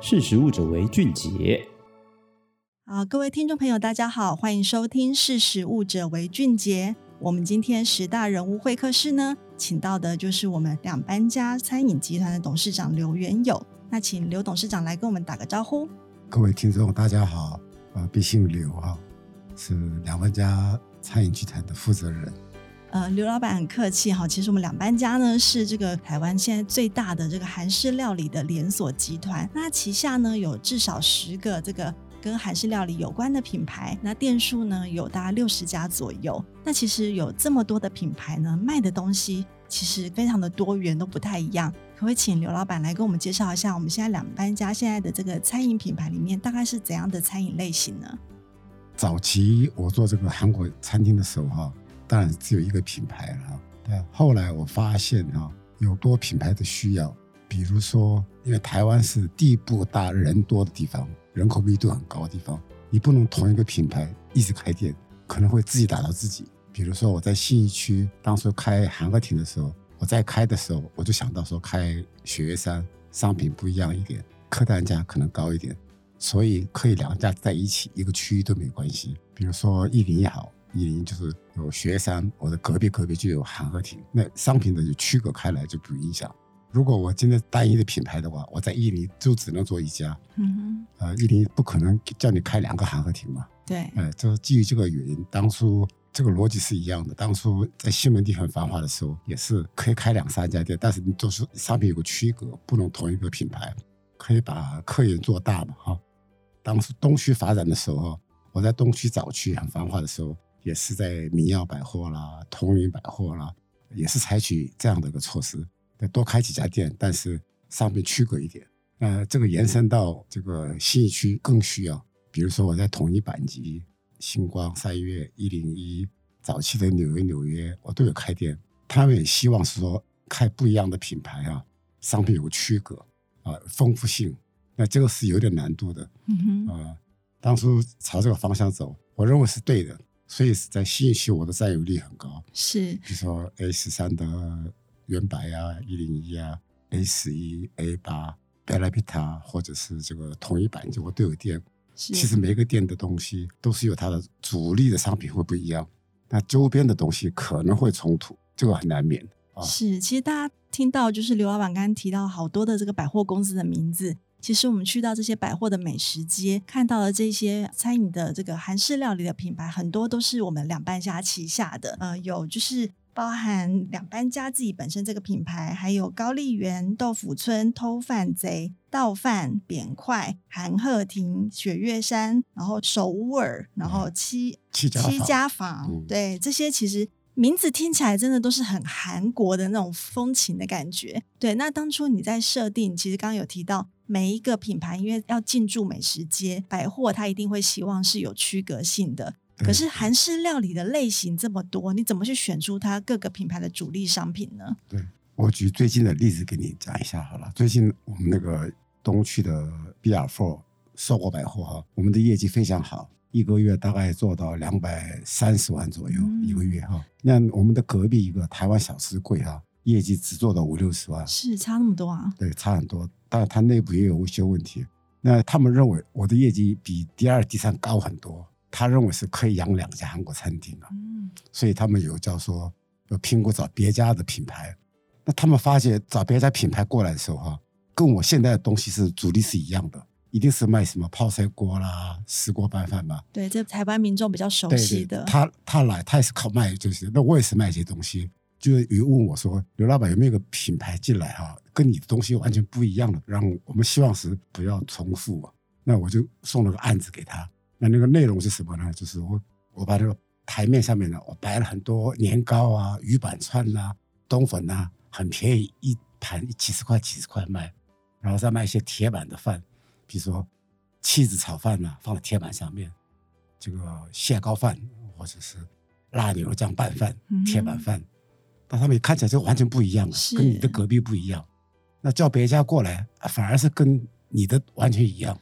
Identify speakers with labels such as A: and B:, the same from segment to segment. A: 识时务者为俊杰。
B: 好，啊各位听众朋友，大家好，欢迎收听《识时务者为俊杰》。我们今天十大人物会客室呢，请到的就是我们两班家餐饮集团的董事长刘元友。那请刘董事长来跟我们打个招呼。
C: 各位听众，大家好，啊，毕姓刘啊，是两万家餐饮集团的负责人。
B: 呃，刘老板很客气哈。其实我们两班家呢是这个台湾现在最大的这个韩式料理的连锁集团，那旗下呢有至少十个这个跟韩式料理有关的品牌，那店数呢有大概六十家左右。那其实有这么多的品牌呢，卖的东西其实非常的多元，都不太一样。可不可以请刘老板来跟我们介绍一下，我们现在两班家现在的这个餐饮品牌里面大概是怎样的餐饮类型呢？
C: 早期我做这个韩国餐厅的时候哈、当然只有一个品牌了啊。但后来我发现哈、有多品牌的需要，比如说，因为台湾是地不大人多的地方，人口密度很高的地方，你不能同一个品牌一直开店，可能会自己打到自己。比如说我在信义区当初开韩客亭的时候，我在开的时候我就想到说开雪月山，商品不一样一点，客单价可能高一点，所以可以两家在一起，一个区域都没关系。比如说一零一好，一零就是有雪山，我的隔壁隔壁就有韩和亭，那商品的就区隔开来就不影响。如果我今天单一的品牌的话，我在一零就只能做一家，
B: 嗯
C: 呃，一零不可能叫你开两个韩和亭嘛。
B: 哼，对，
C: 呃，就是基于这个原因，当初这个逻辑是一样的。当初在西门町很繁华的时候，也是可以开两三家店，但是你做出商品有个区隔，不能同一个品牌，可以把客源做大嘛哈。当初东区发展的时候，我在东区早期很繁华的时候，也是在民耀百货啦、同林百货啦，也是采取这样的一个措施，多开几家店，但是商品区隔一点。那这个延伸到这个信义区更需要，比如说我在统一板级、星光、三月、一零一，早期的纽约、纽约，我都有开店。他们也希望是说开不一样的品牌啊，商品有个区隔啊，丰富性。那这个是有点难度的
B: 嗯哼，
C: 啊。当初朝这个方向走，我认为是对的，所以在信义区我的占有率很高。
B: 是，
C: 比如说 A 十三的原白啊、一零一啊、A 十一、A 八、贝拉皮塔，或者是这个同一版，就我都有店。
B: 是
C: 其实每个店的东西都是有它的主力的商品会不一样，那周边的东西可能会冲突，这个很难免。啊
B: 是，其实大家听到就是刘老板刚刚提到好多的这个百货公司的名字，其实我们去到这些百货的美食街，看到的这些餐饮的这个韩式料理的品牌，很多都是我们两班家旗下的，呃，有就是。包含两班家自己本身这个品牌，还有高丽园、豆腐村、偷饭贼、盗饭、扁块、韩鹤亭、雪月山，然后首尔，然后七
C: 哦七家
B: 七
C: 坊
B: 家房，
C: 嗯
B: 对这些其实名字听起来真的都是很韩国的那种风情的感觉。对，那当初你在设定，其实刚刚有提到每一个品牌，因为要进驻美食街、百货，它一定会希望是有区隔性的。
C: 对
B: 可是韩式料理的类型这么多，你怎么去选出它各个品牌的主力商品呢？
C: 我举最近的例子给你讲一下好了。最近我们那个东区的 B R Four 硕果百货哈，我们的业绩非常好，一个月大概做到两百三十万左右、
B: 嗯
C: 一个月哈。那我们的隔壁一个台湾小吃柜哈，业绩只做到五六十万，
B: 是差那么多啊？
C: 对，差很多。但它内部也有一些问题。那他们认为我的业绩比第二、第三高很多，他认为是可以养两家韩国餐厅啊。
B: 嗯，
C: 所以他们有叫说有评估找别家的品牌。那他们发觉找别家品牌过来的时候哈、跟我现在的东西是主力是一样的，一定是卖什么泡菜锅啦、石锅拌饭嘛。
B: 对，这台湾民众比较熟
C: 对
B: 悉
C: 对
B: 的，，
C: 他他来他也是靠卖这些，那我也是卖这些东西。就是有问我说，刘老板有没有一个品牌进来哈、啊跟你的东西完全不一样的，让我们希望是不要重复、啊。那我就送了个案子给他。那那个内容是什么呢？就是我我把这个台面上面呢，我摆了很多年糕啊、鱼板串啦、冬粉啊，很便宜，一盘七十块七十块卖，然后再卖一些铁板的饭，比如说妻子炒饭呐、放在铁板上面，这个蟹膏饭或者是辣牛肉酱拌饭
B: 嗯、
C: 铁板饭，但他们看起来就完全不一样了，
B: 是
C: 跟你的隔壁不一样。那叫别家过来，啊反而是跟你的完全一样，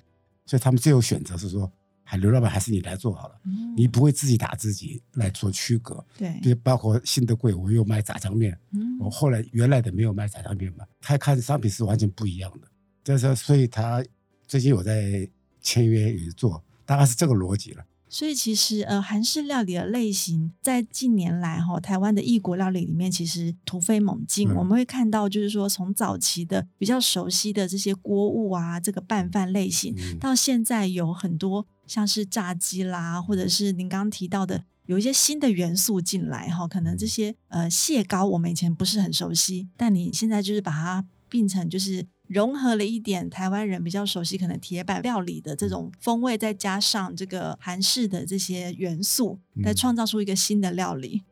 C: 所以他们最后选择是说，还刘老板还是你来做好了，
B: 嗯
C: 你不会自己打自己来做区隔。
B: 对，
C: 就包括新的柜，我又卖炸酱面，
B: 嗯
C: 我后来原来的没有卖炸酱面嘛，他看商品是完全不一样的。这是所以他最近我在签约也做，大概是这个逻辑了。
B: 所以其实呃，韩式料理的类型在近年来哈、台湾的异国料理里面其实突飞猛进。
C: 嗯
B: 我们会看到，就是说从早期的比较熟悉的这些锅物啊，这个拌饭类型，
C: 嗯，
B: 到现在有很多像是炸鸡啦，或
C: 嗯
B: 者是您刚刚提到的有一些新的元素进来哈，可
C: 嗯
B: 能这些呃蟹膏我们以前不是很熟悉，但你现在就是把它变成就是融合了一点台湾人比较熟悉可能铁板料理的
C: 嗯
B: 这种风味，再加上这个韩式的这些元素，来
C: 嗯
B: 创造出一个新的料理。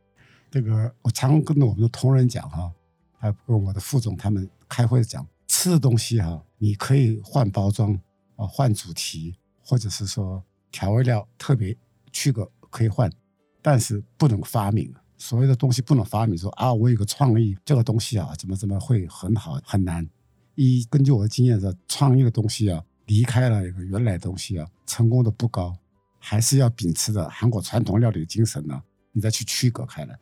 C: 这个我常跟我们的同仁讲哈、还有跟我的副总他们开会讲，吃的东西哈、你可以换包装啊，换主题，或者是说调味料特别区隔可以换，但是不能发明。所谓的东西不能发明，说啊，我有个创意，这个东西啊，怎么怎么会很好，很难。一根据我的经验说，创意的东西啊，离开了一个原来的东西啊，成功的不高，还是要秉持着韩国传统料理的精神呢、你再去区隔开来。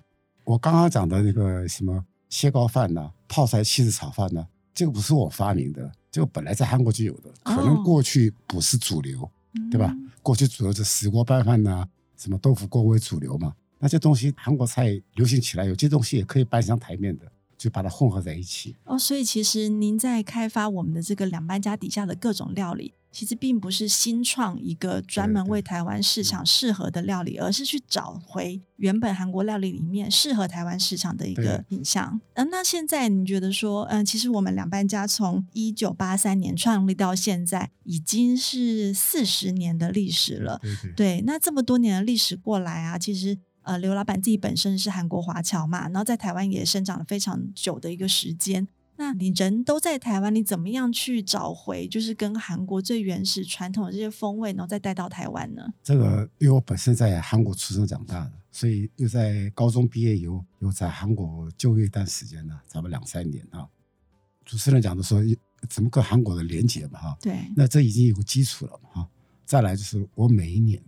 C: 我刚刚讲的那个什么蟹膏饭呐、泡菜西式炒饭呐、这个不是我发明的，这个本来在韩国就有的，可
B: 哦
C: 能过去不是主流，对吧？过去主流是石锅拌饭呐、啊什么豆腐锅为主流嘛。那这东西韩国菜流行起来，有些东西也可以搬上台面的，就把它混合在一起。
B: 哦，所以其实您在开发我们的这个两班家底下的各种料理，其实并不是新创一个专
C: 对
B: 门
C: 对嗯
B: 为台湾市场适合的料理，而是去找回原本韩国料理里面适合台湾市场的一个
C: 对
B: 品相。嗯、那现在你觉得说，嗯、其实我们两班家从一九八三年创立到现在，已经是四十年的历史了。
C: 对对
B: 对，那这么多年的历史过来啊，其实呃，刘老板自己本身是韩国华侨嘛，然后在台湾也生长了非常久的一个时间。那你人都在台湾，你怎么样去找回就是跟韩国最原始传统的这些风味，然后再带到台湾呢？
C: 这个因为我本身在韩国出生长大的，所以又在高中毕业以后，又在韩国就业一段时间呢，差不多两三年啊。主持人讲的说，怎么跟韩国的连接嘛哈，
B: 对，
C: 那这已经有个基础了嘛哈。再来就是我每一年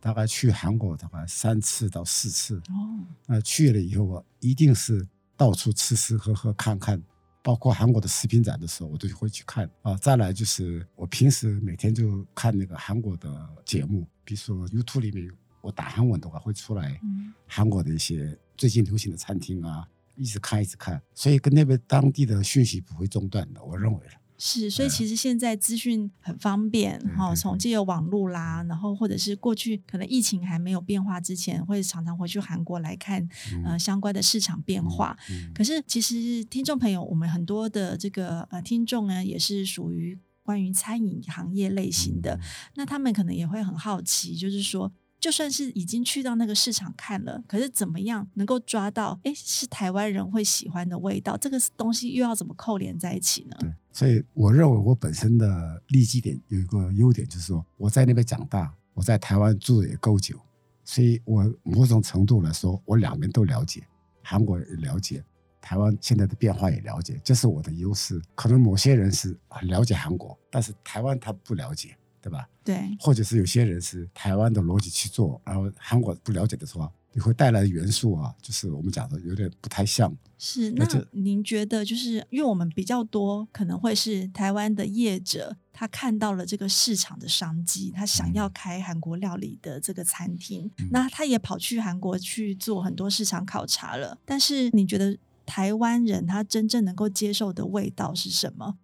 C: 大概去韩国大概三次到四次，
B: 哦，
C: 那去了以后啊，一定是到处吃吃喝喝看看，包括韩国的食品展的时候，我都会去看啊。再来就是我平时每天就看那个韩国的节目，比如说 YouTube 里面有我打韩文的话会出来
B: 嗯，
C: 韩国的一些最近流行的餐厅啊，一直看一直看，所以跟那边当地的讯息不会中断的，我认为。
B: 是，所以其实现在资讯很方便
C: 对
B: 哈、
C: 对
B: 从
C: 对
B: 借由网络啦，然后或者是过去可能疫情还没有变化之前，会常常回去韩国来看
C: 嗯
B: 呃相关的市场变化。
C: 嗯
B: 可是其实听众朋友，我们很多的这个呃听众呢，也是属于关于餐饮行业类型的，那他们可能也会很好奇，就是说。就算是已经去到那个市场看了，可是怎么样能够抓到？诶，是台湾人会喜欢的味道，这个东西又要怎么扣连在一起呢？
C: 对，所以我认为我本身的利基点有一个优点，就是说我在那边长大，我在台湾住的也够久，所以我某种程度来说，我两边都了解，韩国也了解，台湾现在的变化也了解，这是我的优势。可能某些人是很了解韩国，但是台湾他不了解，对吧？
B: 对，
C: 或者是有些人是台湾的逻辑去做，然后韩国不了解的时候啊，你会带来的元素啊，就是我们讲的有点不太像。
B: 是，那
C: 那这
B: 您觉得就是因为我们比较多，可能会是台湾的业者，他看到了这个市场的商机，他想要开韩国料理的这个餐厅，
C: 嗯
B: 那他也跑去韩国去做很多市场考察了。但是你觉得台湾人他真正能够接受的味道是什么？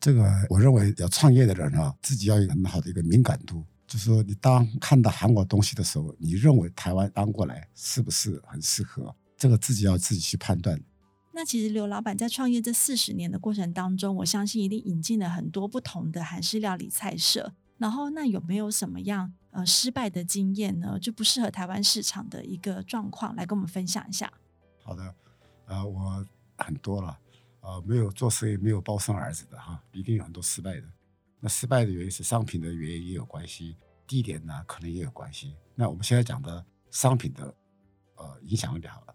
C: 这个我认为要创业的人啊，自己要有很好的一个敏感度，就是说你当看到韩国东西的时候，你认为台湾搬过来是不是很适合？这个自己要自己去判断。
B: 那其实刘老板在创业这四十年的过程当中，我相信一定引进了很多不同的韩式料理菜色。然后，那有没有什么样呃失败的经验呢？就不适合台湾市场的一个状况，来跟我们分享一下。
C: 好的，呃，我很多了，呃，没有做生意，没有抱生儿子的哈，一定有很多失败的。那失败的原因是商品的原因也有关系，地点呢可能也有关系。那我们现在讲的商品的呃影响力好了，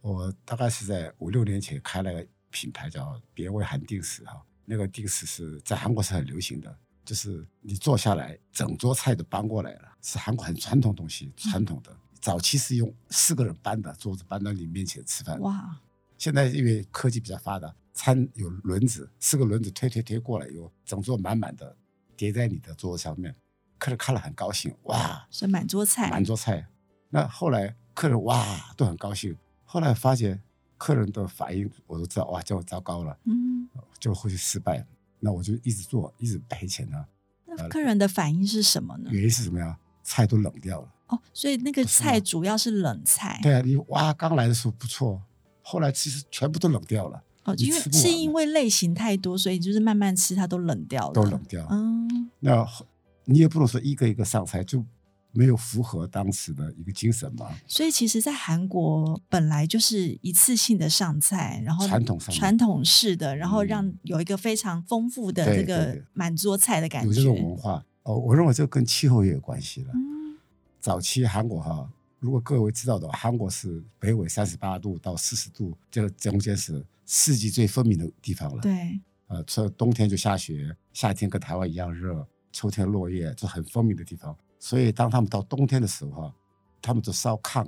C: 我大概是在五六年前开了个品牌叫“别为韩定食”哈，那个定食是在韩国是很流行的，就是你坐下来，整桌菜都搬过来了，是韩国很传统东西，传统的。早期是用四个人搬的桌子搬到你面前吃饭，
B: 哇，
C: 现在因为科技比较发达，餐有轮子，四个轮子推推推过来以后，整座满满的，叠在你的桌子上面，客人看了很高兴，哇，
B: 是满桌菜，
C: 满桌菜。那后来客人哇都很高兴，后来发觉客人的反应我都知道，哇，这样糟糕了，
B: 嗯，
C: 就会失败。那我就一直做，一直赔钱啊。
B: 那客人的反应是什么呢？
C: 原因是什么呀？菜都冷掉了。
B: 哦，所以那个菜主要是冷菜，
C: 对啊，你哇，刚来的时候不错，后来其实全部都冷掉了，
B: 哦，
C: 你
B: 因为
C: 吃不完
B: 是
C: 了
B: 因为类型太多，所以就是慢慢吃它都冷掉了，
C: 都冷，掉了。
B: 嗯，
C: 那后你也不能说一个一个上菜，就没有符合当时的一个精神嘛。
B: 所以其实，在韩国本来就是一次性的上菜，然后
C: 传统上
B: 传统式的，然后
C: 嗯
B: 让有一个非常丰富的
C: 对
B: 这
C: 对
B: 个
C: 对
B: 满桌菜的感
C: 有
B: 觉
C: 这，种文化哦，我认为这跟气候也有关系了。
B: 嗯，
C: 早期韩国哈，如果各位知道的话，韩国是北纬三十八度到四十度，这个中间是四季最分明的地方了。
B: 对，
C: 呃，春冬天就下雪，夏天跟台湾一样热，秋天落叶，就很分明的地方。所以当他们到冬天的时候啊，他们就烧炕，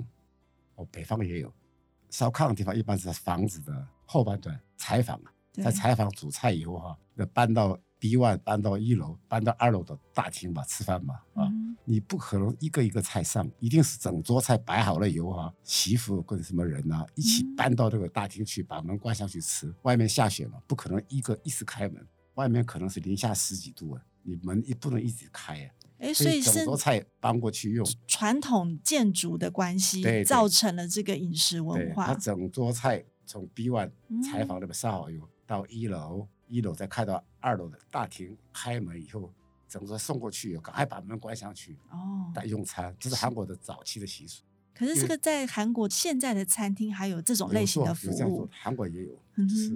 C: 哦，北方也有烧炕的地方，一般是在房子的后半段柴房啊，
B: 对
C: 在柴房煮菜以后哈、那搬到 B one，搬到一楼，搬到二楼的大厅嘛，吃饭嘛，啊。
B: 嗯
C: 你不可能一个一个菜上，一定是整桌菜摆好了以后啊，媳妇跟什么人呐、一起
B: 嗯
C: 搬到这个大厅去，把门关上去吃。外面下雪嘛，不可能一个一直开门，外面可能是零下十几度啊，你门一不能一直开啊，
B: 哎，所以
C: 整
B: 是
C: 桌菜搬过去用。
B: 传统建筑的关系
C: 对对
B: 造成了这个饮食
C: 对
B: 文，
C: 他
B: 化，
C: 整桌菜从 B one
B: 嗯
C: 采访那边上好以后，到一楼，一楼再开到二楼的大厅，开门以后，整桌送过去以后，赶快把门关上去，
B: 哦，
C: 再用餐，这是韩国的早期的习俗。
B: 可是
C: 因
B: 这
C: 为
B: 个在韩国现在的餐厅还有这种哦类
C: 有
B: 型
C: 做
B: 的服
C: 有这样做
B: 务
C: 的，，韩国也有，
B: 嗯哼
C: 是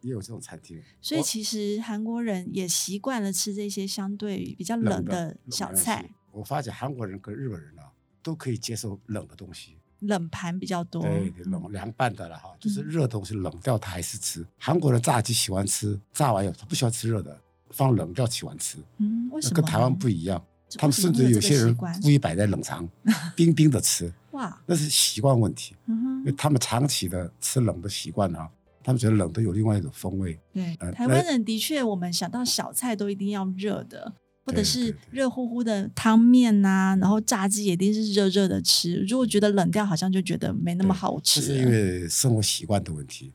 C: 也有这种餐厅。
B: 所以
C: 我
B: 其实韩国人也习惯了吃这些相对比较冷的小菜，，
C: 我发觉韩国人跟日本人啊，都可以接受冷的东西，
B: 冷盘比较多。
C: 对，冷凉拌的了哈，就是
B: 哦嗯
C: 热的东西冷掉他还是吃。韩国人炸鸡喜欢吃，炸完以后他不喜欢吃热的，放冷掉喜欢吃，
B: 嗯，为什么
C: 跟台湾
B: 呢
C: 不一样。
B: 这
C: 他们
B: 为什么
C: 甚
B: 会
C: 至有
B: 这个
C: 些
B: 习
C: 人
B: 惯
C: 故意摆在 冷藏，冰冰的吃，
B: 哇，
C: 那是习惯问题，
B: 嗯
C: 因为
B: 哼，
C: 他们长期的吃冷的习惯啊，他们觉得冷的有另外一种风味。
B: 对，
C: 呃
B: 台
C: 那
B: 湾人的确，我们想到小菜都一定要热的。或者
C: 对
B: 是
C: 对对
B: 热乎乎的汤面呐、然后炸鸡也一定是热热的吃。如果觉得冷掉，好像就觉得没那么
C: 对
B: 好吃
C: 这
B: 了。
C: 是因为生活习惯的问题，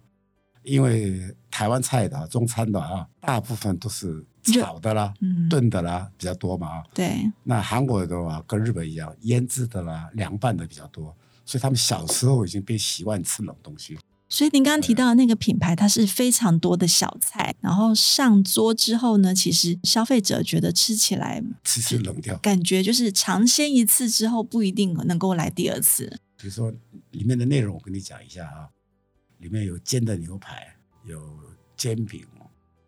C: 因为台湾菜的啊，中餐的啊，大部分都是炒的啦、
B: 嗯，
C: 炖的啦比较多嘛啊。
B: 对，
C: 那韩国的话跟日本一样，腌制的啦、凉拌的比较多，所以他们小时候已经被习惯吃冷东西。
B: 所以您刚刚提到的那个品牌，它是非常多的小菜，然后上桌之后呢，其实消费者觉得吃起来
C: 吃吃冷掉，
B: 感觉就是尝鲜一次之后不一定能够来第二次。
C: 比如说里面的内容，我跟你讲一下啊，里面有煎的牛排，有煎饼，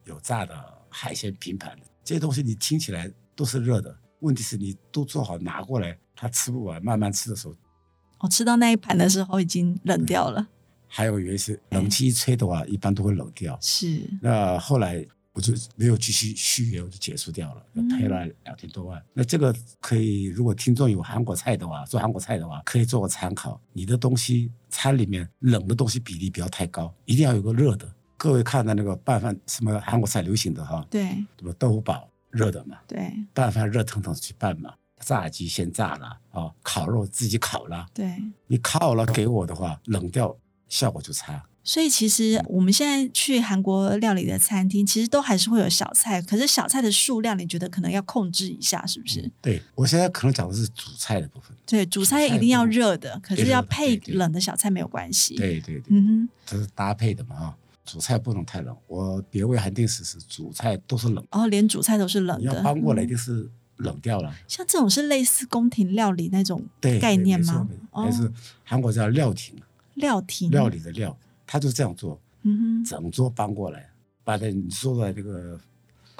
C: 有炸的海鲜拼盘，这些东西你听起来都是热的，问题是你都做好拿过来，他吃不完，慢慢吃的时候，
B: 我、哦吃到那一盘的时候已经冷掉了，
C: 嗯还有原因是冷气一吹的话，一般都会冷掉。
B: 是
C: 那后来我就没有继续续约，我就结束掉了，
B: 嗯
C: 赔了两千多万。那这个可以，如果听众有韩国菜的话，做韩国菜的话，可以做个参考。你的东西餐里面冷的东西比例不要太高，一定要有个热的。各位看到那个拌饭，什么韩国菜流行的哈，
B: 对
C: 什么豆腐煲热的嘛，
B: 对
C: 拌饭热腾腾去拌嘛，炸鸡先炸了啊，烤肉自己烤了。
B: 对。
C: 你烤了给我的话，冷掉效果就差。
B: 所以其实我们现在去韩国料理的餐厅，其实都还是会有小菜，可是小菜的数量，你觉得可能要控制一下，是不是？
C: 对我现在可能讲的是主菜的部分。
B: 对，主
C: 主
B: 菜
C: 菜
B: 一定要
C: 不
B: 热的，可是
C: 对
B: 要
C: 热的
B: 配
C: 对对
B: 冷的小菜没有关系。，
C: 对对对。
B: 嗯哼。
C: 这是搭配的嘛啊，主菜不能太冷。我别为韩定食时，主菜都是冷，
B: 哦，连主菜都是冷
C: 你要
B: 的。
C: 搬过来
B: 嗯
C: 一定是冷掉了。
B: 像这种是类似宫廷料理那种
C: 对，
B: 概
C: 对
B: 念
C: 没错
B: 吗
C: 没？错
B: 哦嗯
C: 还，是韩国叫料亭，
B: 料亭
C: 料理，的料，他就这样做，
B: 嗯哼，
C: 整桌搬过来，把那你坐在这个，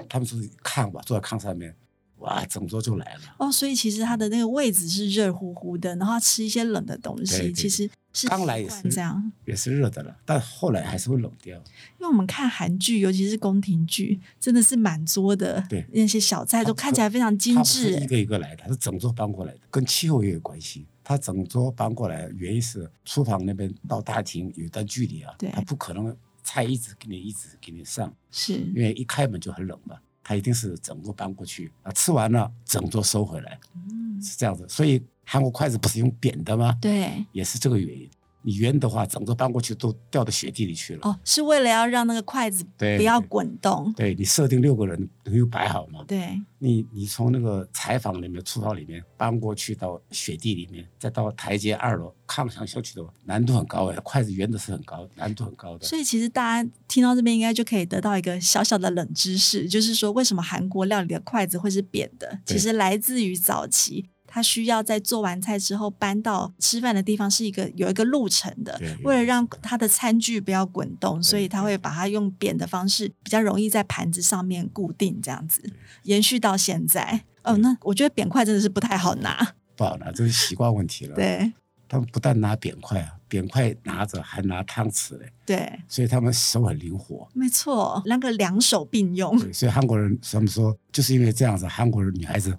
C: 他们说是炕吧，坐在炕上面，哇，整桌就来了。
B: 哦，所以其实它的那个位置是热乎乎的，然后它吃一些冷的东西，
C: 对对
B: 其实是
C: 刚来也
B: 习惯
C: 是
B: 这样。
C: 也是热的了，但后来还是会冷掉。
B: 因为我们看韩剧，尤其是宫廷剧，真的是满桌的，
C: 对
B: 那些小菜
C: 它
B: 都
C: 不
B: 看
C: 是
B: 起来非常精
C: 它不是
B: 致
C: 一。个一个来的，它是整桌搬过来的，跟气候也有关系。它整桌搬过来，原因是厨房那边到大厅有一段距离啊
B: 对，
C: 它不可能菜一直给你一直给你上，
B: 是
C: 因为一开门就很冷嘛。它一定是整个搬过去啊，吃完了整座收回来，
B: 嗯，
C: 是这样子。所以韩国筷子不是用扁的吗？
B: 对，
C: 也是这个原因。你圆的话，整个搬过去都掉到雪地里去了。
B: 哦，是为了要让那个筷子
C: 对
B: 不要滚动，
C: 对你设定六个人，你又摆好嘛？
B: 对，
C: 你你从那个柴房里面、厨房里面搬过去到雪地里面，再到台阶二楼炕上下去的话，难度很高哎，筷子圆的是很高，难度很高的。
B: 所以其实大家听到这边应该就可以得到一个小小的冷知识，就是说为什么韩国料理的筷子会是扁的，
C: 对
B: 其实来自于早期。它需要在做完菜之后搬到吃饭的地方，是一个有一个路程的
C: 对。
B: 为了让它的餐具不要滚动，所以它会把它用扁的方式，比较容易在盘子上面固定，这样子延续到现在。哦，
C: 对
B: 那我觉得扁筷真的是不太好拿。
C: 不好拿，这是习惯问题了。，
B: 对
C: 他们不但拿扁筷啊，扁筷拿着还拿汤匙嘞，
B: 对，
C: 所以他们手很灵活。
B: 没错，那个两手并用。
C: 对，所以韩国人他们说，就是因为这样子，韩国人女孩子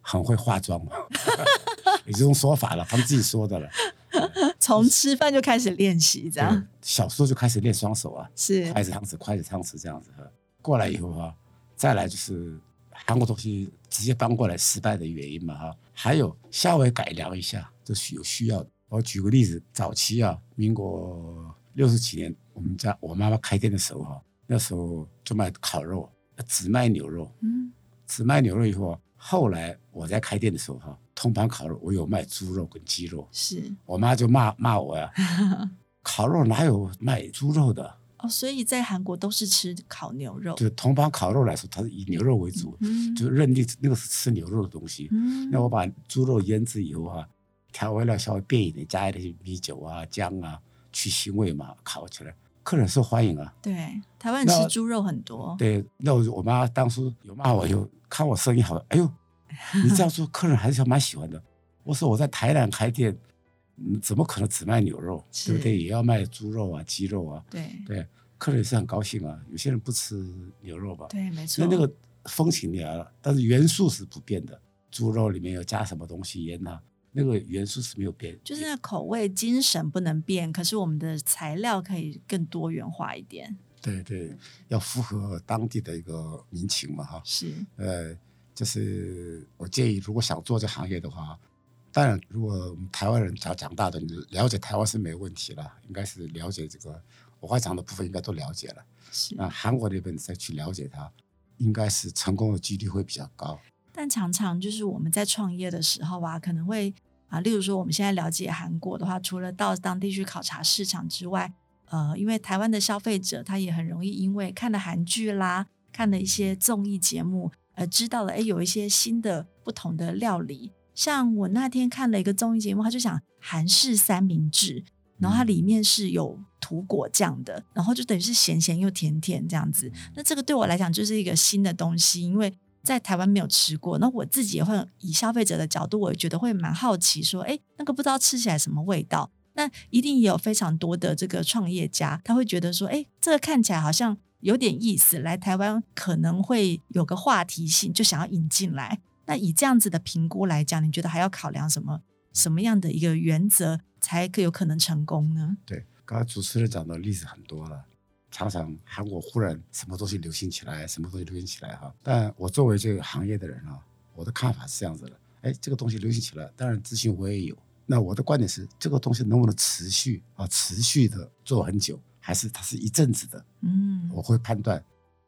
C: 很会化妆嘛，有这种说法了，他们自己说的了。
B: 从吃饭就开始练习，这样
C: 对小时候就开始练双手啊，
B: 是
C: 筷子汤匙，筷子汤匙这样子喝。过来以后哈、再来就是韩国东西直接搬过来失败的原因嘛哈、还有稍微改良一下，这是有需要的。我举个例子，早期啊，民国六十几年，我们家我妈妈开店的时候哈、那时候就卖烤肉，只卖牛肉，
B: 嗯
C: 只卖牛肉以后啊，后来我在开店的时候哈、通盘烤肉我有卖猪肉跟鸡肉，
B: 是
C: 我妈就骂骂我呀，烤肉哪有卖猪肉的？
B: 哦，所以在韩国都是吃烤牛肉，
C: 就铜盘烤肉来说，它是以牛肉为主，
B: 嗯
C: 就认定那个是吃牛肉的东西。
B: 嗯
C: 那我把猪肉腌制以后啊，调味料稍微变一点，加一点米酒啊、姜啊，去腥味嘛，烤起来，客人受欢迎啊。
B: 对台湾人吃
C: 那
B: 猪肉很多，
C: 对，那我我妈当初有骂我，有看我生意好，哎呦，你这 样做客人还是蛮喜欢的。我说我在台南开店，嗯，怎么可能只卖牛肉，对
B: 是
C: 不对？也要卖猪肉啊、鸡肉啊，
B: 对
C: 对，客人也是很高兴啊。有些人不吃牛肉吧，
B: 对没
C: 所
B: 错，
C: 以那个风情变了，但是元素是不变的。猪肉里面有加什么东西腌啊，那个元素是没有变。
B: 就是那口味精神不能变，可是我们的材料可以更多元化一点，
C: 对对，要符合当地的一个民情嘛哈。
B: 是
C: 呃，就是我建议，如果想做这行业的话，当然，如果我们台湾人长长大的，你了解台湾是没有问题了，应该是了解这个文化讲的部分应该都了解了。
B: 是。
C: 那韩国那边再去了解它，应该是成功的几率会比较高。
B: 但常常就是我们在创业的时候啊，可能会啊，例如说我们现在了解韩国的话，除了到当地去考察市场之外，呃，因为台湾的消费者他也很容易因为看了韩剧啦，看了一些综艺节目，呃，知道了诶有一些新的不同的料理。像我那天看了一个综艺节目，他就讲韩式三明治，然后它里面是有涂果酱的，然后就等于是咸咸又甜甜这样子。那这个对我来讲就是一个新的东西，因为在台湾没有吃过，那我自己也会以消费者的角度，我也觉得会蛮好奇，说，哎，那个不知道吃起来什么味道。那一定也有非常多的这个创业家，他会觉得说，哎，这个看起来好像有点意思，来台湾可能会有个话题性，就想要引进来。那以这样子的评估来讲，你觉得还要考量什么什么样的一个原则才更有可能成功呢？
C: 对，刚才主持人讲的例子很多了，常常韩国忽然什么东西流行起来，什么东西流行起来哈。但我作为这个行业的人啊，我的看法是这样子的：哎，这个东西流行起来，当然资讯我也有。那我的观点是，这个东西能不能持续啊，持续的做很久，还是它是一阵子的？
B: 嗯
C: 我会判断。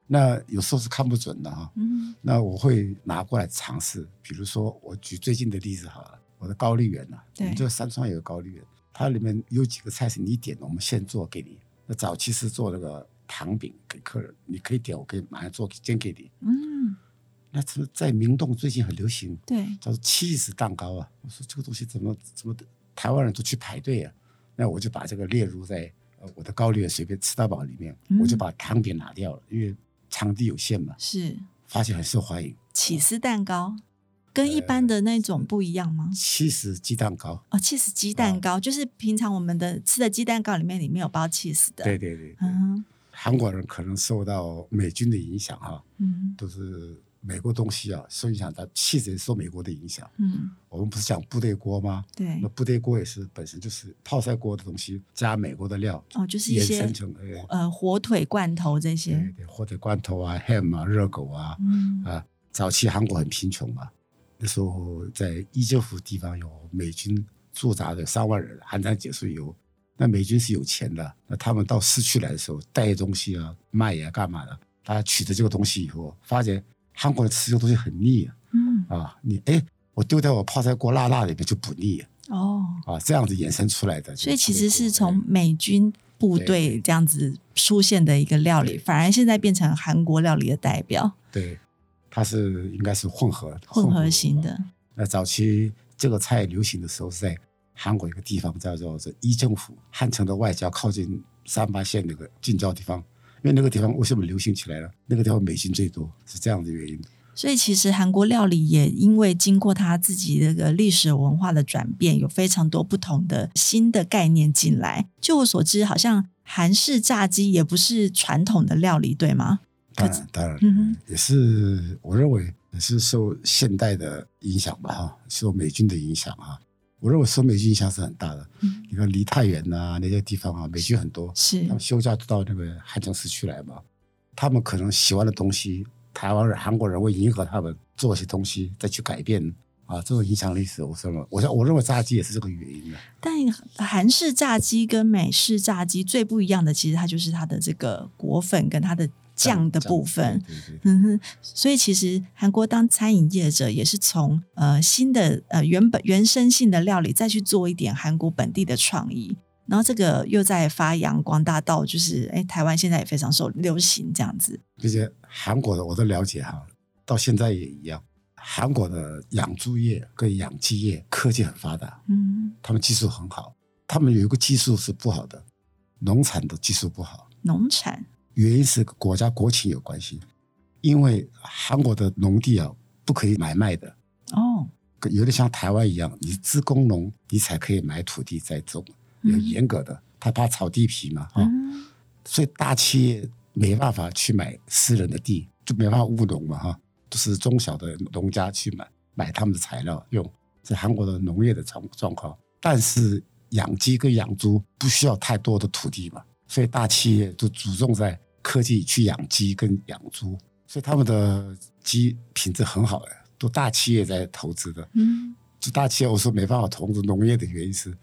C: 那有时候是看不准的哈、
B: 嗯
C: 那我会拿过来尝试。比如说，我举最近的例子好了，我的高丽园呐、
B: 对
C: 我们这三川有个高丽园，它里面有几个菜是你点的，我们现做给你。那早期是做那个糖饼给客人，你可以点，我可以马上做煎给你。
B: 嗯，
C: 那是在明洞最近很流行，
B: 对，
C: 叫做 cheese 蛋糕啊。我说这个东西怎么怎么台湾人都去排队啊？那我就把这个列入在呃我的高丽园随便吃到饱里面，
B: 嗯
C: 我就把糖饼拿掉了，因为场地有限嘛，
B: 是
C: 发现很受欢迎。
B: 起司蛋糕，跟一般的那种不一样吗？
C: cheese 鸡蛋糕，
B: 哦，cheese 鸡
C: 嗯
B: 蛋糕、就是平常我们的吃的鸡蛋糕里面里面有包 cheese 的。
C: 对，对对，对
B: 嗯
C: 韩国人可能受到美军的影响哈、啊
B: 嗯，
C: 都是美国东西啊，受影响它气质也受美国的影响。
B: 嗯，
C: 我们不是讲部队锅吗？
B: 对
C: 那，部队锅也是本身就是泡菜锅的东西，加美国的料，
B: 哦，就是一
C: 衍
B: 些
C: 生成呃，
B: 呃火腿罐头这
C: 对
B: 些，
C: 对，火腿罐头啊、ham 啊、热狗啊。
B: 嗯
C: 啊，早期韩国很贫穷嘛，那时候在伊州府地方有美军驻扎的三万人，韩战结束以后，那美军是有钱的，那他们到市区来的时候带东西啊、卖呀、干嘛的，他取得这个东西以后，发觉韩国人吃这个东西很腻啊
B: 嗯，
C: 啊，你哎，我丢掉我泡菜锅辣辣里面就不腻
B: 哦，
C: 啊，这样子衍生出来的，
B: 所以其
C: 就
B: 实
C: 这
B: 是
C: 个
B: 从美军部队这样子出现的一个料理，
C: 对
B: 反而现在变成韩国料理的代表，
C: 对，它是应该是混合
B: 混合型的，
C: 那早期这个菜流行的时候是在韩国一个地方叫做这伊政府汉城的外郊，靠近三八线那个近郊地方。因为那个地方为什么流行起来了？那个地方美军最多，是这样的原因。
B: 所以其实韩国料理也因为经过它自己这个历史文化的转变，有非常多不同的新的概念进来。据我所知，好像韩式炸鸡也不是传统的料理，对吗？
C: 当然，当然，
B: 嗯哼
C: 也是我认为也是受现代的影响吧，哈，受美军的影响啊。我认为受美军影响是很大的。
B: 嗯
C: 你看梨泰院呐、那些地方啊，美军很多，
B: 是
C: 他们休假就到那个汉城市区来嘛，他们可能喜欢的东西，台湾人、韩国人会迎合他们做一些东西，再去改变啊，这种影响力是我认为，我想我认为炸鸡也是这个原因的。
B: 但韩式炸鸡跟美式炸鸡最不一样的，其实它就是它的这个果粉跟它的酱的部分。
C: 对对对
B: 嗯哼，所以其实韩国当餐饮业者也是从呃新的呃原本原生性的料理再去做一点韩国本地的创意，然后这个又在发扬光大到就是哎台湾现在也非常受流行这样子。
C: 并且韩国的我都了解哈，到现在也一样，韩国的养猪业跟养鸡业科技很发达，
B: 嗯，
C: 他们技术很好，他们有一个技术是不好的，农产的技术不好。
B: 农产
C: 原因是国家国情有关系，因为韩国的农地啊不可以买卖的，
B: 哦，
C: 跟有点像台湾一样，你自工农你才可以买土地栽种，有
B: 嗯
C: 严格的，他怕炒地皮嘛啊，
B: 嗯
C: 所以大企业没办法去买私人的地，就没办法务农嘛哈，都是中小的农家去买买他们的材料用，这韩国的农业的状状况。但是养鸡跟养猪不需要太多的土地嘛，所以大企业就注重在科技去养鸡跟养猪，所以他们的鸡品质很好的，都大企业在投资的。
B: 嗯，
C: 就大企业我说没办法投入农业的原因是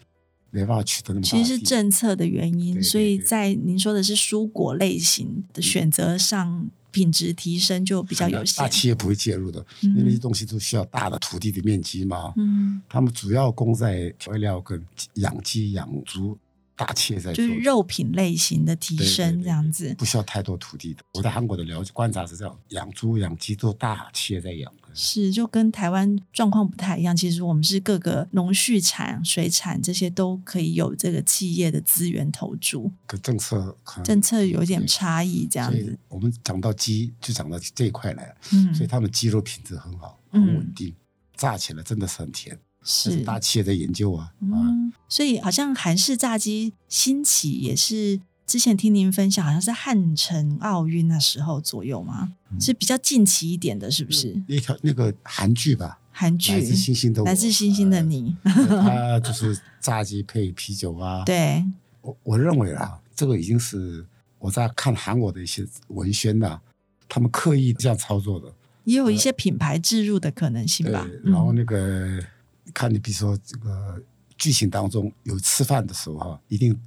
C: 没办法取得那么大
B: 其
C: 的
B: 实是
C: 地
B: 政策的原因，
C: 对对
B: 所以
C: 对
B: 在您说的是蔬果类型的选择上，品质提升就比较有限
C: 大。企业不会介入的，
B: 嗯
C: 因为那些东西都需要大的土地的面积嘛。
B: 嗯，
C: 他们主要供在调味料跟养鸡、养猪，大企业在
B: 就
C: 做
B: 是，肉品类型的提
C: 对对
B: 升
C: 对
B: 这样子。
C: 不需要太多土地的。我在韩国的了解观察是这样，养猪、养鸡都大企业在养的。
B: 是，就跟台湾状况不太一样。其实我们是各个农畜产、水产这些都可以有这个企业的资源投注，
C: 跟政策可能
B: 政策有一点差异这样
C: 所以
B: 子。
C: 我们讲到鸡，就讲到这一块来了。
B: 嗯，
C: 所以他们鸡肉品质很好，很
B: 嗯
C: 稳定，炸起来真的是很甜。这
B: 是
C: 是大企业在研究啊啊，
B: 嗯，所以好像韩式炸鸡兴起也是之前听您分享，好像是汉城奥运那时候左右吗？
C: 嗯
B: 是比较近期一点的，是不是？
C: 那条那个韩剧吧，
B: 韩
C: 《来
B: 剧
C: 自星星的我呃
B: 来自星星的你》
C: 它就是炸鸡配啤酒啊。，
B: 对，
C: 我我认为啊，这个已经是我在看韩国的一些文宣呐、他们刻意这样操作的。
B: 也有一些品牌置入的可能性
C: 呃对
B: 吧。，
C: 然后
B: 嗯
C: 那个、看你比如说这个剧情当中有吃饭的时候哈、一定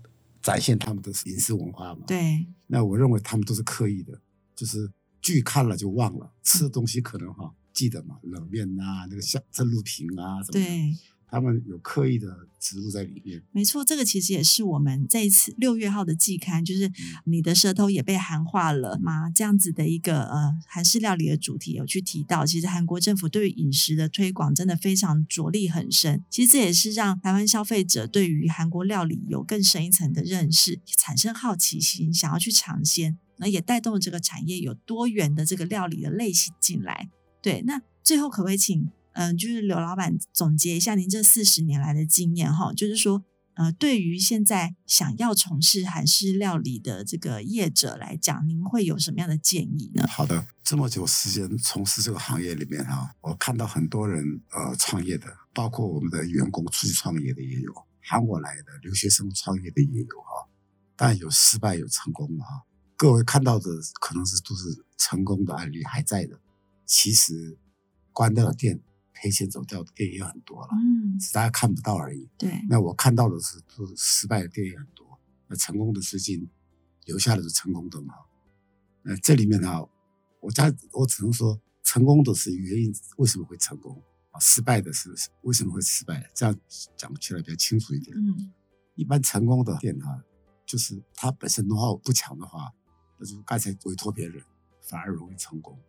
C: 展现他们的饮食文化嘛。，
B: 对，
C: 那我认为他们都是刻意的，就是剧看了就忘了，吃的东西可能哈、记得嘛，冷面呐、那个像蒸鹿皮啊，什么的
B: 对，
C: 他们有刻意的植入在里面。
B: 没错，这个其实也是我们这一次六月号的季刊，就是你的舌头也被韩化了吗？这样子的一个呃韩式料理的主题有去提到，其实韩国政府对于饮食的推广真的非常着力很深。其实这也是让台湾消费者对于韩国料理有更深一层的认识，产生好奇心，想要去尝鲜，那也带动了这个产业有多元的这个料理的类型进来。对，那最后可不可以请嗯、呃就是刘老板总结一下您这四十年来的经验哈？就是说，呃，对于现在想要从事韩式料理的这个业者来讲，您会有什么样的建议呢？
C: 好的，这么久时间从事这个行业里面哈、我看到很多人呃创业的，包括我们的员工出去创业的也有，韩国来的留学生创业的也有哈、但有失败有成功的哈、各位看到的可能是都是成功的案例还在的，其实关掉了店赔钱走掉的店也很多了，
B: 嗯，
C: 只是大家看不到而已。
B: 对，
C: 那我看到的是都是失败的店也很多，那成功的最近留下的是成功的嘛。那这里面呢、我家我只能说，成功的是原因为什么会成功啊，失败的是为什么会失败，这样讲起来比较清楚一点。
B: 嗯
C: 一般成功的店哈、就是它本身 know how 不强的话，那就刚才委托别人，反而容易成功。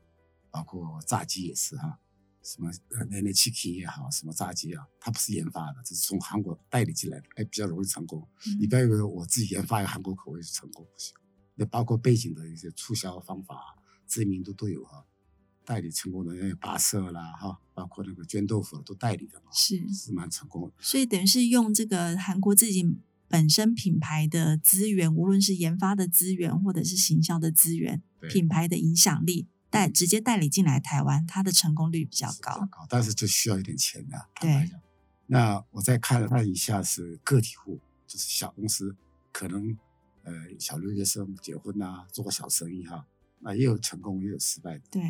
C: 包括炸鸡也是哈、什么呃 n a n a chicken 也好，什么炸鸡啊，它不是研发的，这是从韩国代理进来的，哎，比较容易成功。你不要以为我自己研发一个韩国口味就成功不行，那包括背景的一些促销方法、知名度都有哈、代理成功的那个八色啦哈、包括那个绢豆腐都代理的嘛，
B: 嗯是，
C: 是蛮成功的。
B: 所以等于是用这个韩国自己本身品牌的资源，无论是研发的资源或者是行销的资源，
C: 对
B: 品牌的影响力带直接代理进来台湾，它的成功率比较
C: 是
B: 高。
C: 但是就需要一点钱的、坦
B: 对
C: 白讲。那我再看了一下是个体户，就是小公司，可能呃小留学生结婚啊，做个小生意哈、那也有成功也有失败的。
B: 对，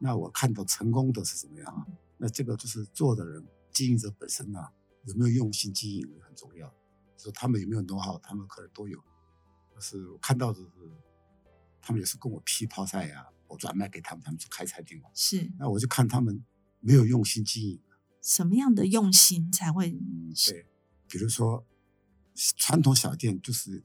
C: 那我看到成功的是怎么样啊？那这个就是做的人、经营者本身啊，有没有用心经营很重要。说他们有没有 know how，他们可能都有。就是我看到的是，他们也是跟我批泡菜呀、我转卖给他们，他们去开餐厅了。
B: 是
C: 那我就看他们没有用心经营。
B: 什么样的用心才会是
C: 对，比如说传统小店就是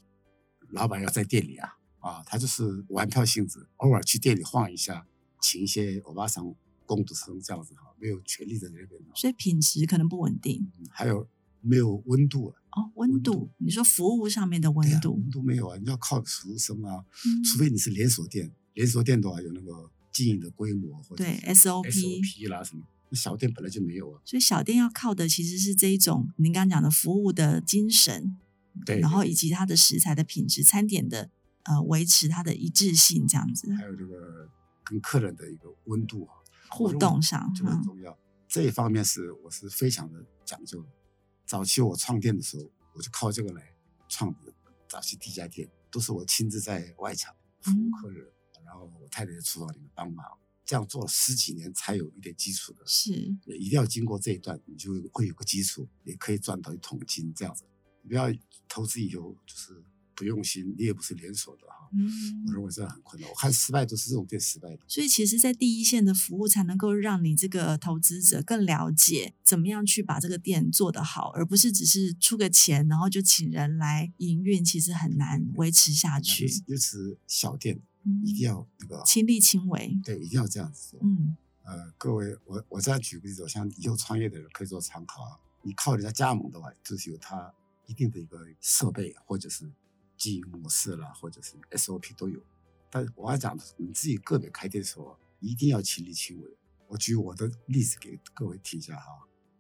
C: 老板要在店里啊啊，他就是玩票性质，偶尔去店里晃一下，请一些欧巴桑、工读生这样子哈，没有权利在那边啊
B: 所以品质可能不稳定
C: 嗯还有没有温度啊？
B: 哦，温
C: 温
B: 度，
C: 度
B: 你说服务上面的
C: 对
B: 温
C: 呀
B: 度，
C: 温度没有啊，你要靠服务生啊，
B: 嗯
C: 除非你是连锁店，连锁店的话有那个经营的规模或者
B: 对
C: 是
B: SOP
C: SOP 啦什么，那小店本来就没有啊。
B: 所以小店要靠的其实是这一种您刚刚讲的服务的精神，
C: 对
B: 然
C: 对
B: 后以及它的食材的品质、餐点的呃维持它的一致性，这样子
C: 还有这个跟客人的一个温度啊，
B: 互
C: 认为
B: 动上，
C: 这个很
B: 嗯
C: 重要。这一方面是我是非常的讲究的。早期我创店的时候，我就靠这个来创的。早期第一家店都是我亲自在外场服务
B: 嗯
C: 客人，然后我太太在厨房里面帮忙，这样做了十几年才有一点基础的。
B: 是
C: 也一定要经过这一段，你就会有个基础，也可以赚到一桶金这样子。你不要投资以后就是不用心，你也不是连锁的哈。我
B: 嗯。
C: 认为这很困难。我看失败都是这种店失败的。
B: 所以，其实，在第一线的服务才能够让你这个投资者更了解怎么样去把这个店做得好，而不是只是出个钱，然后就请人来营运，其实很难维持下去
C: 尤。其尤其是小店，
B: 嗯
C: 一定要那个
B: 亲力亲为。
C: 对，一定要这样子做。
B: 嗯，
C: 呃，各位，我我这样举个例子，我像以后创业的人可以做参考啊。你靠人家加盟的话，就是有他一定的一个设备或者是经营模式啦，或者是 SOP 都有。但是我要讲的是，你自己个别开店的时候，啊一定要亲力亲为。我举我的例子给各位听一下哈。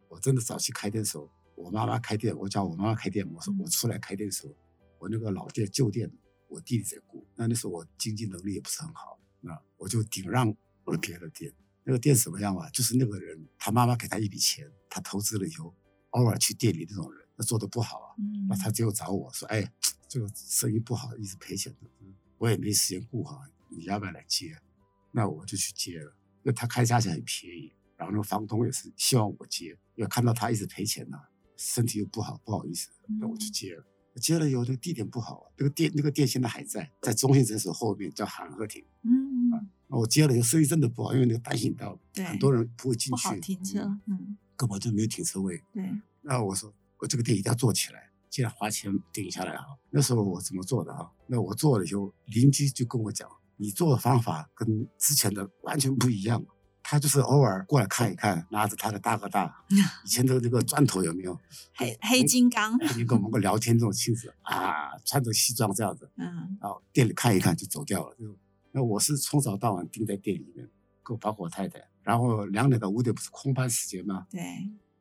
C: 我真的早期开店的时候，我妈妈开店，我讲我妈妈开店，我说我出来开店的时候，我那个老店旧店，我弟弟在顾。那那时候我经济能力也不是很好，那我就顶让我的别的店。那个店怎么样啊？就是那个人，他妈妈给他一笔钱，他投资了以后，偶尔去店里那种人，那做的不好啊，
B: 嗯
C: 那他只有找我说，哎，这个生意不好，一直赔钱的，我也没时间顾哈，你要不要来接？那我就去接了，因为他开价钱很便宜，然后那个房东也是希望我接，因为看到他一直赔钱呐、身体又不好，不好意思，那
B: 嗯
C: 我去接了。接了以后，那个地点不好啊，那个店那个店现在还在，在中信诊所后面叫韩和庭。
B: 嗯，
C: 那我接了以后，生意真的不好，因为那个单行道
B: 对
C: 很多人不会进去，
B: 不好停车
C: 嗯，
B: 嗯，
C: 根本就没有停车位。
B: 对，
C: 那我说，我这个店一定要做起来，既然花钱顶下来啊。那时候我怎么做的啊？那我做了以后，邻居就跟我讲，你做的方法跟之前的完全不一样。他就是偶尔过来看一看，拿着他的大哥大， 以前的那个砖头有没有？
B: 黑黑
C: 嗯
B: 金刚，
C: 你跟我们个聊天这种性质啊，穿着西装这样子，
B: 嗯，
C: 然后店里看一看就走掉了。就那我是从早到晚盯在店里面，跟我包括我太太，然后两点到五点不是空班时间吗？
B: 对，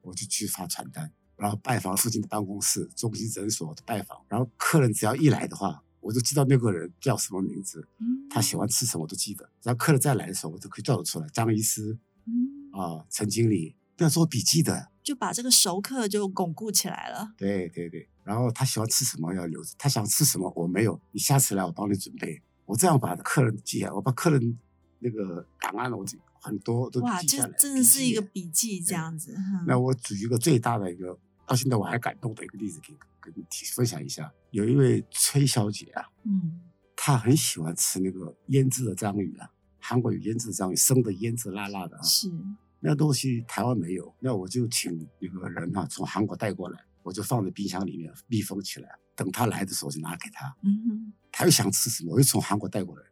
C: 我就去发传单，然后拜访附近的办公室、中心诊所拜访。然后客人只要一来的话，我就知道那个人叫什么名字，
B: 嗯
C: 他喜欢吃什么我都记得。然后客人再来的时候，我都可以叫得出来，张医师
B: 嗯
C: 啊、陈经理，那是我笔记的。
B: 就把这个熟客就巩固起来了。
C: 对对对，然后他喜欢吃什么要留着，他想吃什么我没有，你下次来我帮你准备。我这样把客人记下来，我把客人那个档案我就很多都
B: 哇，
C: 记
B: 这
C: 下来。
B: 真
C: 笔
B: 的是
C: 记
B: 一个
C: 耶
B: 笔记这样子。嗯
C: 那我举一个最大的一个，到现在我还感动的一个例子给给你提分享一下。有一位崔小姐啊，
B: 嗯
C: 她很喜欢吃那个腌制的章鱼啊，韩国有腌制的章鱼，生的腌制辣辣的啊，
B: 是
C: 那东西台湾没有，那我就请一个人啊从韩国带过来，我就放在冰箱里面密封起来，等他来的时候就拿给他。
B: 嗯哼。
C: 他又想吃什么，我就从韩国带过来。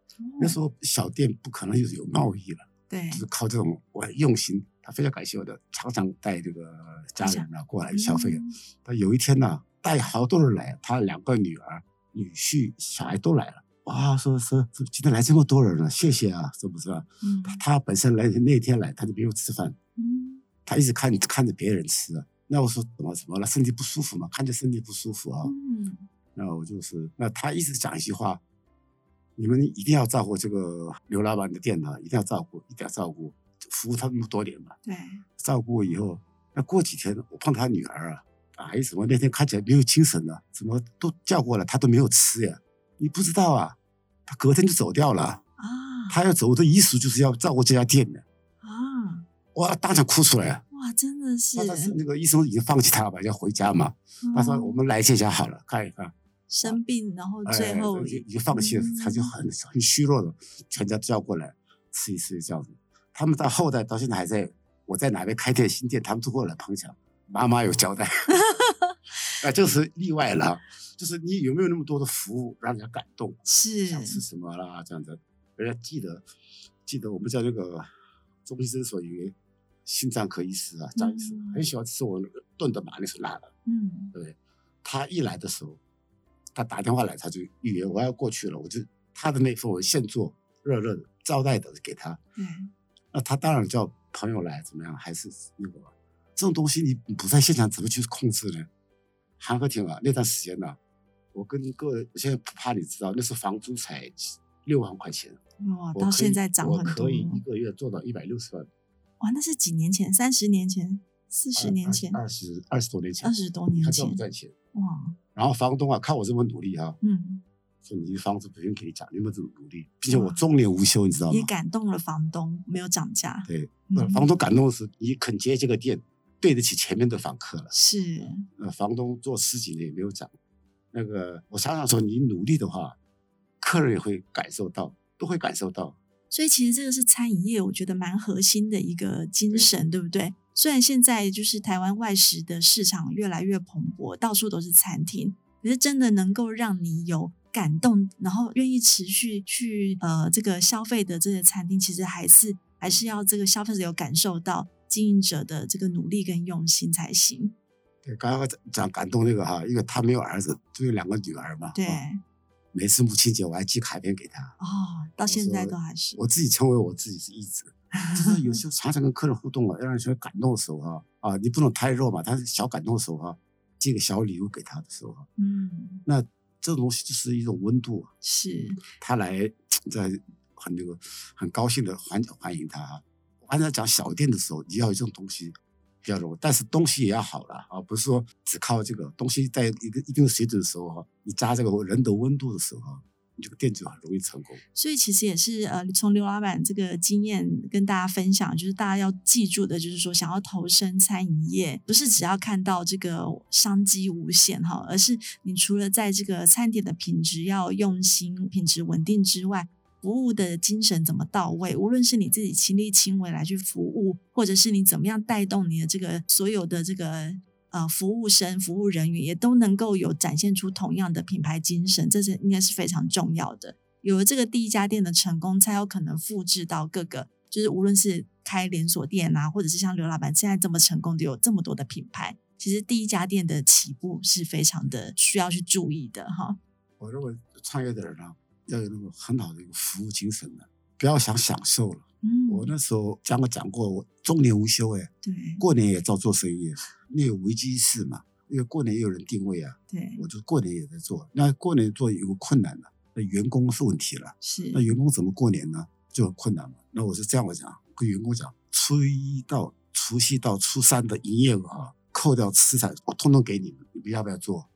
C: 那时
B: 候
C: 候小店不可能有有贸易了。
B: 对
C: 就是靠这种我很用心，他非常感谢我的，常常带这个家人啊过来消费。
B: 嗯
C: 他有一天呢、带好多人来，他两个女儿、女婿、小孩都来了。哇，说说说今天来这么多人了，谢谢啊，是不是啊？
B: 嗯
C: 他他本身来那天来他就没有吃饭，
B: 嗯
C: 他一直看看着别人吃。啊那我说怎么怎么了？身体不舒服吗？看着身体不舒服啊。
B: 嗯
C: 那我就是，那他一直讲一句话，你们一定要照顾这个刘老板的店呢，一定要照顾，一定要照顾，服务他那么多年嘛，
B: 对，
C: 照顾以后，那过几天我碰他女儿啊，哎，怎么那天看起来没有精神呢？啊怎么都叫过了，他都没有吃呀？你不知道啊？他隔天就走掉了，
B: 啊
C: 他要走的意思就是要照顾这家店的，
B: 啊
C: 哇，当场哭出来啊！
B: 哇，真的是
C: 他，当时那个医生已经放弃他了吧，要回家嘛。他说
B: 嗯
C: 我们来这家好了，看一看。
B: 生病，然后
C: 哎
B: 最后
C: 已经放弃了，他就
B: 嗯
C: 很很虚弱的，全家叫过来吃一吃这样子。他们到后代到现在还在，我在哪边开店新店，他们都过来捧场。妈妈有交 代，那就是例外了，就是你有没有那么多的服务让人家感动，
B: 是
C: 想吃什么啦这样子，人家记得记得我们在那个中医诊所有一个心脏科医师啊，张医师
B: 嗯
C: 很喜欢吃我那个炖的马铃薯辣的。
B: 嗯
C: 他一来的时候，他打电话来，他就预约我要过去了，我就他的那份我现做热热的招待的给他，
B: 对
C: 那他当然叫朋友来怎么样，还是那个这种东西你你不在现场怎么去控制呢？韩和庭啊，那段时间呢、我跟各位我现在不怕你知道，那时候房租才六万块钱，
B: 哇，哦到
C: 我可以
B: 现在涨
C: 我
B: 很多
C: 可以一个月做到一百六十万，
B: 哇，那是几年前，三十年前，四十年前，
C: 呃二十二十多年前，
B: 二十多年
C: 你看赚
B: 前
C: 不，赚钱？
B: 哇，
C: 然后房东啊，看我这么努力啊，
B: 嗯，
C: 说你房子不用给你奖励，你们怎么努力？并且我
B: 哇
C: 中年无休，你知道吗
B: 嗯也？感动了房东，没有涨价，
C: 对，
B: 嗯
C: 那房东感动的是你肯接这个店，对得起前面的访客了。
B: 是
C: 呃，房东做十几年也没有涨，那个我常常说，你努力的话，客人也会感受到，都会感受到。
B: 所以其实这个是餐饮业，我觉得蛮核心的一个精神，对不对？虽然现在就是台湾外食的市场越来越蓬勃，到处都是餐厅，可是真的能够让你有感动，然后愿意持续去呃这个消费的这些餐厅，其实还是还是要这个消费者有感受到经营者的这个努力跟用心才行。
C: 对，刚刚讲感动那个哈，因为他没有儿子，就有两个女儿嘛。
B: 对，
C: 啊每次母亲节我还寄卡片给他，
B: 哦，到现在都还是
C: 我自己称为我自己是义子。就是有时候常常跟客人互动啊，要让人觉得感动的时候啊，啊，你不能太弱嘛，但是小感动的时候啊，寄个小礼物给他的时候啊，
B: 嗯
C: 那这种东西就是一种温度啊，
B: 是
C: 他来在很那个很高兴的欢欢迎他啊。我刚才讲小店的时候，你要有这种东西比较容易，但是东西也要好了啊，不是说只靠这个东西在一个一定的水准的时候啊，你加这个人的温度的时候啊，你这个店就很容易成功。
B: 所以其实也是呃，从刘老板这个经验跟大家分享，就是大家要记住的，就是说想要投身餐饮业，不是只要看到这个商机无限哈，而是你除了在这个餐点的品质要用心、品质稳定之外。服务的精神怎么到位？无论是你自己亲力亲为来去服务，或者是你怎么样带动你的这个所有的这个呃服务生、服务人员，也都能够有展现出同样的品牌精神，这是应该是非常重要的。有了这个第一家店的成功，才有可能复制到各个，就是无论是开连锁店啊，或者是像刘老板现在这么成功的有这么多的品牌，其实第一家店的起步是非常的需要去注意的哈。
C: 我认为创业的人呢，要有那种很好的一个服务精神的，不要想享受了。
B: 嗯
C: 我那时候讲过讲过，我中年无休哎，
B: 对
C: 过年也照做生意，你有危机意识嘛，因为过年也有人定位啊，
B: 对，
C: 我就过年也在做。那过年做有困难了，那员工是问题了，
B: 是
C: 那，员工怎么过年呢？就很困难嘛。那我是这样我讲，跟员工讲，初一到除夕到初三的营业额啊，扣掉吃彩，我通通给你们，你们要不要做？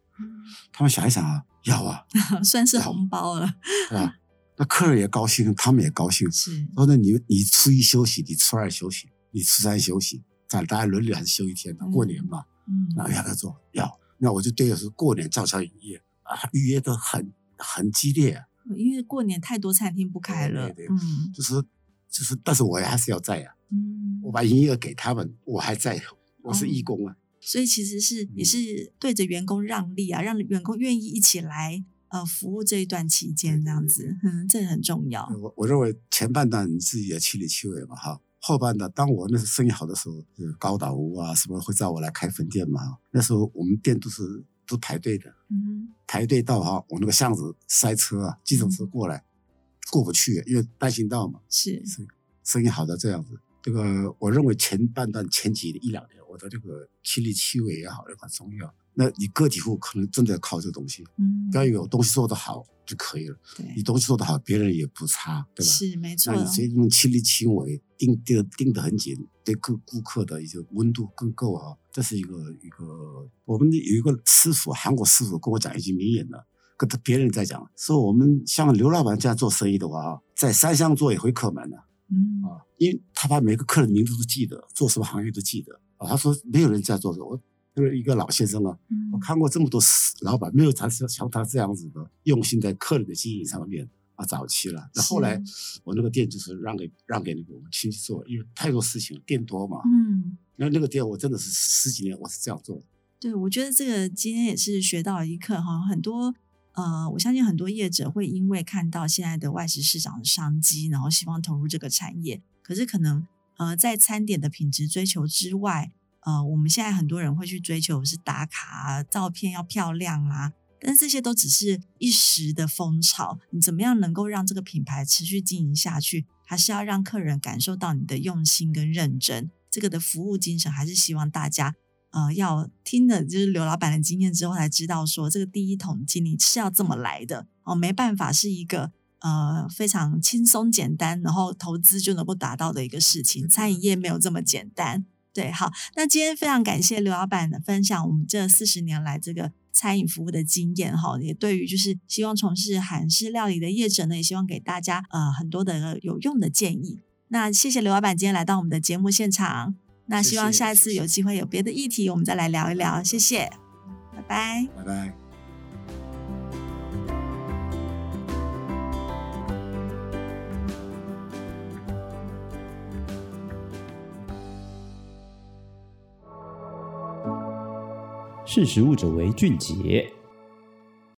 C: 他们想一想啊，要啊，
B: 算是红包 了，
C: 对吧？那客人也高兴，他们也高兴，
B: 是，
C: 然后呢，你你初一休息，你初二休息，你初三休息，咱大家轮流还是休一天的，过年嘛，
B: 嗯，
C: 那要不要做？要。那我就对着说，过年照常营业啊，预约的很很激烈啊，
B: 嗯因为过年太多餐厅不开了，
C: 对对对
B: 嗯
C: 就是就是，但是我还是要在啊，
B: 嗯，
C: 我把营业额给他们，我还在，我是义工啊，
B: 所以其实是也
C: 嗯
B: 是对着员工让利啊，让员工愿意一起来呃服务这一段期间
C: 对
B: 这样
C: 对
B: 子，嗯，这很重要，
C: 我我认为前半段你自己也亲力亲为嘛哈，后半段当我那时候生意好的时候，呃高岛屋啊什么会找我来开分店嘛，那时候我们店都是都排队的，
B: 嗯
C: 排队到哈，我那个巷子塞车啊，计程车过来过不去，因为单行道嘛
B: 哼，，是
C: 生意好到这样子。这个我认为前半段前几一两年，我的这个亲力亲为也好，也很重要。那你个体户可能真的要靠这个东西，
B: 嗯
C: 不要有东西做得好就可以了。你
B: 对，
C: 东西做得好，别人也不差，对吧？
B: 是没错
C: 那，你这种亲力亲为，盯盯盯得很紧，对顾顾客的一些温度更够啊，这是一个一个。我们有一个师傅，韩国师傅跟我讲一句名言呢，跟他别人在讲，说我们像刘老板这样做生意的话啊，在山上做也会客满的
B: 嗯
C: 啊，因为他把每个客人名字都记得，做什么行业都记得啊。他说没有人这样做的，我就是一个老先生啊，
B: 嗯
C: 我看过这么多老板，没有他像像他这样子的用心在客人的经营上面啊，早期了。那
B: 是
C: 后来我那个店就是让给让给那个我们亲戚做，因为太多事情了，店多嘛。
B: 嗯。
C: 那那个店我真的是十几年我是这样做的，
B: 对，我觉得这个今天也是学到一课哈，很多。呃，我相信很多业者会因为看到现在的外食市场的商机，然后希望投入这个产业。可是可能呃，在餐点的品质追求之外，呃，我们现在很多人会去追求是打卡、啊、照片要漂亮啊，但是这些都只是一时的风潮。你怎么样能够让这个品牌持续经营下去，还是要让客人感受到你的用心跟认真。这个的服务精神，还是希望大家呃，要听了就是刘老板的经验之后，才知道说这个第一桶金你是要这么来的哦，没办法是一个呃非常轻松简单，然后投资就能够达到的一个事情。餐饮业没有这么简单。对，好，那今天非常感谢刘老板的分享，我们这四十年来这个餐饮服务的经验哈，也对于就是希望从事韩式料理的业者呢，也希望给大家呃很多的有用的建议。那谢谢刘老板今天来到我们的节目现场。那
C: 谢
B: 希望
C: 谢
B: 下一
C: 谢
B: 次
C: 谢
B: 有机会有别的议题，我们再来聊一聊。谢谢，拜拜。
C: 拜拜。
A: 识时务者为俊杰。